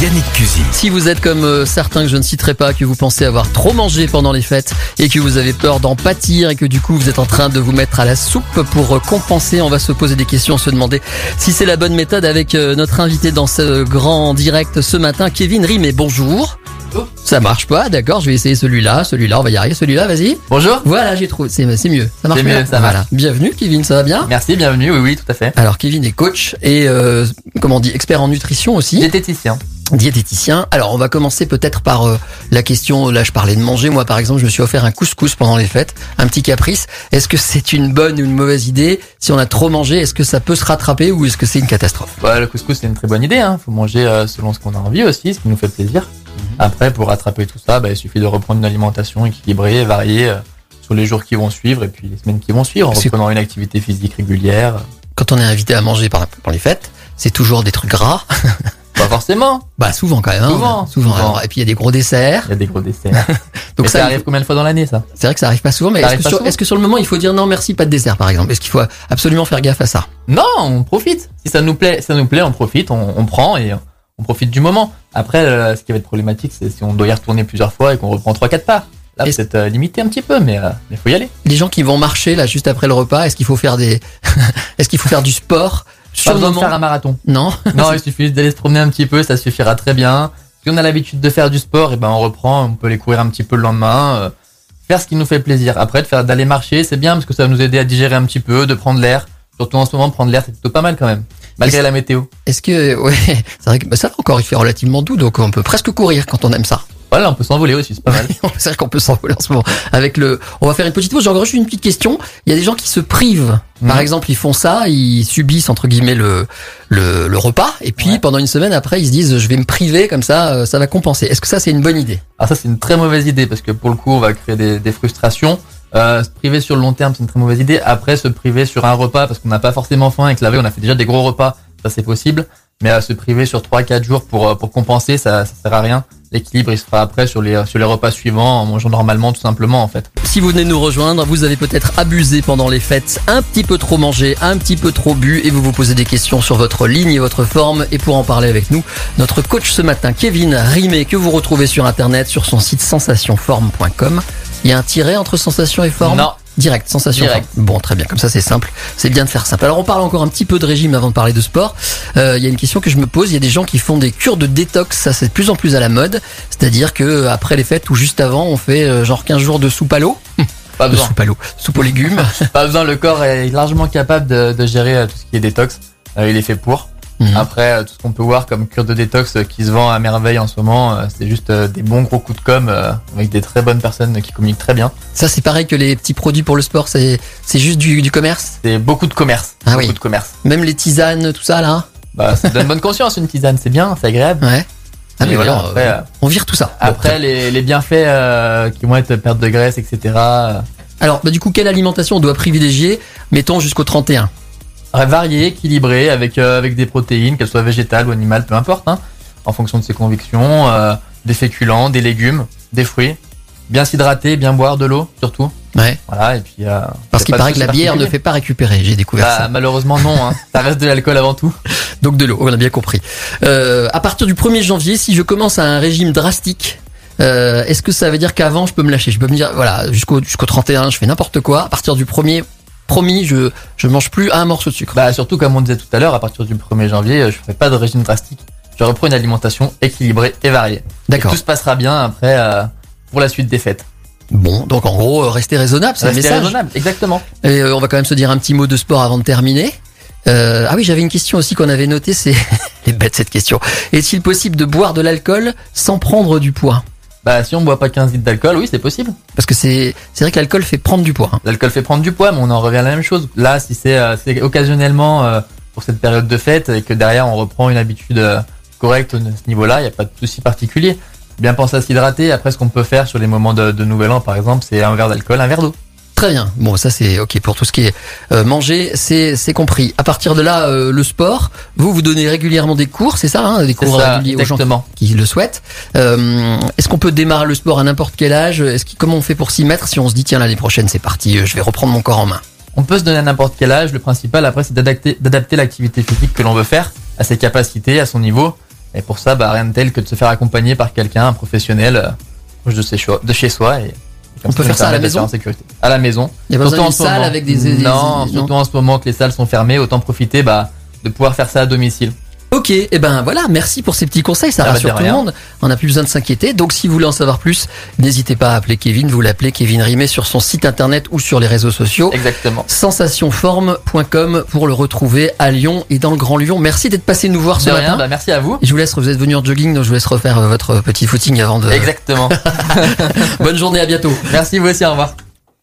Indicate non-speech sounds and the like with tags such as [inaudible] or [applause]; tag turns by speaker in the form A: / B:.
A: Yannick Cusine.
B: Si vous êtes comme euh, certains que je ne citerai pas, que vous pensez avoir trop mangé pendant les fêtes et que vous avez peur d'en pâtir et que du coup vous êtes en train de vous mettre à la soupe pour euh, compenser, on va se poser des questions, se demander si c'est la bonne méthode avec euh, notre invité dans ce grand direct ce matin, Kevin Rimet. Bonjour. Ça marche pas, d'accord, je vais essayer celui-là, celui-là, on va y arriver, celui-là, vas-y.
C: Bonjour.
B: Voilà, j'ai trouvé, c'est c'est mieux. Ça marche
C: C'est mieux,
B: bien.
C: ça
B: Voilà.
C: marche.
B: Bienvenue Kevin, ça va bien
C: Merci, bienvenue. Oui, oui, tout à fait.
B: Alors Kevin est coach et euh, comment on dit expert en nutrition aussi,
C: Diététicien.
B: diététicien. Alors on va commencer peut-être par euh, la question. Là je parlais de manger. Moi par exemple je me suis offert un couscous pendant les fêtes, un petit caprice. Est-ce que c'est une bonne ou une mauvaise idée Si on a trop mangé, est-ce que ça peut se rattraper ou est-ce que c'est une catastrophe
C: Bah, le couscous, c'est une très bonne idée. Hein. Faut manger euh, selon ce qu'on a envie aussi, ce qui nous fait plaisir. Après, pour rattraper tout ça, bah, il suffit de reprendre une alimentation équilibrée, variée euh, sur les jours qui vont suivre et puis les semaines qui vont suivre, en
B: C'est-
C: reprenant une activité physique régulière.
B: Quand on est invité à manger par- pendant les fêtes, c'est toujours des trucs gras.
C: Pas forcément.
B: Bah souvent quand même. hein.
C: Souvent,
B: souvent.
C: souvent.
B: Alors, et puis il y a des gros desserts.
C: Il y a des gros desserts.
B: Donc
C: Mais ça,
B: ça,
C: arrive combien de fois dans l'année, ça
B: c'est vrai que ça arrive pas souvent. Mais
C: Ça
B: est-ce
C: arrive
B: que,
C: pas
B: sur,
C: souvent.
B: est-ce que sur le moment il faut dire non merci pas de dessert par exemple Est-ce qu'il faut absolument faire gaffe à ça
C: Non, on profite. Si ça nous plaît, ça nous plaît, on profite, on, on prend et on profite du moment. Après, euh, ce qui va être problématique, c'est si on doit y retourner plusieurs fois et qu'on reprend trois, quatre parts. Là,
B: Et-
C: peut-être euh, limité un petit peu, mais euh, mais faut y aller.
B: les gens qui vont marcher là juste après le repas, est-ce qu'il faut faire des, [laughs] est-ce qu'il faut faire du sport
C: Pas
B: sur le
C: besoin de
B: moment
C: faire un marathon.
B: Non.
C: [laughs] Non, il suffit juste d'aller se promener un petit peu, ça suffira très bien. Si on a l'habitude de faire du sport, et ben on reprend, on peut les courir un petit peu le lendemain, euh, faire ce qui nous fait plaisir. Après, de faire d'aller marcher, c'est bien parce que ça va nous aider à digérer un petit peu, de prendre l'air. Surtout en ce moment, prendre l'air, c'est plutôt pas mal quand même, malgré la météo.
B: Est-ce que ouais, c'est vrai que bah, ça va encore il fait relativement doux donc on peut presque courir quand on aime ça. [laughs]
C: Voilà, on peut s'envoler aussi, [laughs] c'est pas mal.
B: c'est vrai qu'on peut s'envoler en ce moment avec le. On va faire une petite pause. J'ai encore juste une petite question. Il y a des gens qui se privent. Par
C: Mhm.
B: exemple, ils font ça, ils subissent entre guillemets le le, le repas et puis
C: Ouais.
B: pendant une semaine après ils se disent je vais me priver comme ça euh, ça va compenser. Est-ce que ça c'est une bonne idée
C: Alors ça, c'est une très mauvaise idée parce que pour le coup, on va créer des, des frustrations. Euh, se priver sur le long terme, c'est une très mauvaise idée. Après, se priver sur un repas parce qu'on n'a pas forcément faim et que la veille, on a fait déjà des gros repas, ça c'est possible. Mais euh, se priver sur 3-4 jours pour, euh, pour compenser, ça, ça sert à rien. L'équilibre, il se fera après sur les, euh, sur les repas suivants en mangeant normalement, tout simplement en fait.
B: Si vous venez nous rejoindre, vous avez peut-être abusé pendant les fêtes, un petit peu trop mangé, un petit peu trop bu et vous vous posez des questions sur votre ligne et votre forme. Et pour en parler avec nous, notre coach ce matin, Kevin Rimé, que vous retrouvez sur internet sur son site sensationforme.com. Il y a un tiret entre sensation et forme
C: Non,
B: Direct, sensation.
C: Direct.
B: forme. Bon, très bien, comme ça c'est simple. C'est bien de faire simple. Alors on parle encore un petit peu de régime avant de parler de sport. Euh, Il y a une question que je me pose, il y a des gens qui font des cures de détox, ça c'est de plus en plus à la mode. C'est-à-dire que euh, après les fêtes ou juste avant, on fait euh, genre 15 jours de soupe à l'eau.
C: pas
B: De
C: besoin.
B: soupe à l'eau. Soupe aux légumes.
C: pas besoin, le corps est largement capable de, de gérer euh, tout ce qui est détox. Euh, il est fait pour.
B: Mhm.
C: Après, euh, tout ce qu'on peut voir comme cure de détox euh, qui se vend à merveille en ce moment, euh, c'est juste euh, des bons gros coups de com euh, avec des très bonnes personnes qui communiquent très bien.
B: [laughs] Ça c'est pareil que les petits produits pour le sport, c'est c'est juste du, du commerce.
C: C'est beaucoup de commerce.
B: Ah
C: beaucoup
B: oui.
C: de commerce.
B: Même les tisanes, tout ça là.
C: Bah, ça donne bonne conscience une tisane, c'est bien, c'est agréable.
B: Ouais. Ah,
C: Et
B: mais
C: voilà,
B: alors,
C: après,
B: euh,
C: euh,
B: on vire tout ça. Bon,
C: après les, les bienfaits euh, qui vont être perte de graisse, etc. euh,
B: alors bah, du coup, quelle alimentation on doit privilégier Mettons jusqu'au 31.
C: varié, équilibré, avec, euh, avec des protéines, qu'elles soient végétales ou animales, peu importe, hein, en fonction de ses convictions, euh, des féculents, des légumes, des fruits. Bien s'hydrater, bien boire de l'eau, surtout.
B: Ouais.
C: Voilà, et puis. euh,
B: Parce
C: y a
B: qu'il
C: pas de
B: paraît que
C: souci
B: la bière ne
C: particulier.
B: fait pas récupérer. J'ai découvert ça.
C: Bah, malheureusement, non.
B: [laughs]
C: Hein. Ça reste de l'alcool avant tout.
B: Donc de l'eau, on a bien compris. Euh, à partir du 1er janvier, si je commence à un régime drastique, euh, est-ce que ça veut dire qu'avant je peux me lâcher Je peux me dire, voilà, jusqu'au jusqu'au 31, je fais n'importe quoi. À partir du 1er, promis, je je mange plus un morceau de sucre.
C: Bah, surtout, comme on disait tout à l'heure, à partir du 1er janvier, euh, je fais pas de régime drastique. Je reprends une alimentation équilibrée et variée.
B: D'accord.
C: Tout se passera bien après euh, pour la suite des fêtes.
B: Bon, donc en gros, euh, rester raisonnable, c'est le
C: Restez
B: message.
C: raisonnable, exactement.
B: Et euh, on va quand même se dire un petit mot de sport avant de terminer. Euh, ah oui, j'avais une question aussi qu'on avait notée, c'est [laughs] les bêtes cette question. Est-il possible de boire de l'alcool sans prendre du poids
C: Bah, si on boit pas 15 litres d'alcool, oui, c'est possible.
B: Parce que c'est c'est vrai que l'alcool fait prendre du poids. hein.
C: L'alcool fait prendre du poids, mais on en revient à la même chose. Là, si c'est euh, c'est occasionnellement euh, pour cette période de fête et que derrière on reprend une habitude euh, correcte à ce niveau-là, il n'y a pas de souci particulier. Bien penser à s'hydrater. Après, ce qu'on peut faire sur les moments de, de Nouvel An, par exemple, c'est un verre d'alcool, un verre d'eau.
B: Très bien. Bon, ça c'est ok pour tout ce qui est euh, manger, c'est c'est compris. À partir de là, euh, le sport, vous vous donnez régulièrement des cours, c'est ça, hein, des
C: C'est
B: cours
C: ça,
B: réguliers aux gens
C: exactement.
B: qui le souhaitent. Euh, Est-ce qu'on peut démarrer le sport à n'importe quel âge Est-ce que- comment on fait pour s'y mettre si on se dit tiens l'année prochaine c'est parti, euh, je vais reprendre mon corps en main
C: On peut se donner à n'importe quel âge. Le principal, après, c'est d'adapter d'adapter l'activité physique que l'on veut faire à ses capacités, à son niveau. Et pour ça, bah, rien de tel que de se faire accompagner par quelqu'un, un professionnel, euh, proche de, ses choix- de chez soi. Et, comme
B: On peut
C: nous
B: faire ça à
C: permet
B: la
C: de
B: maison
C: faire en sécurité. À la maison.
B: Il y a pas
C: Surtout
B: besoin
C: en
B: d'une
C: ce
B: salle
C: moment.
B: avec des, des- des-
C: Non, surtout en ce moment que les salles sont fermées, autant profiter bah, de pouvoir faire ça à domicile.
B: Ok, et ben voilà, merci pour ces petits conseils, ça
C: Ah bah,
B: rassure
C: de
B: tout le
C: rien.
B: monde. On n'a plus besoin de s'inquiéter. Donc si vous voulez en savoir plus, n'hésitez pas à appeler Kevin, vous l'appelez Kevin Rimet sur son site internet ou sur les réseaux sociaux.
C: Exactement.
B: Sensationforme.com pour le retrouver à Lyon et dans le Grand Lyon. Merci d'être passé nous voir ce
C: De rien,
B: matin.
C: bah, merci à
B: [laughs]
C: vous.
B: Je vous laisse, vous êtes venu en jogging, donc je vous laisse refaire euh, votre petit footing avant de.
C: Exactement.
B: Bonne journée, à bientôt.
C: merci vous aussi, au revoir.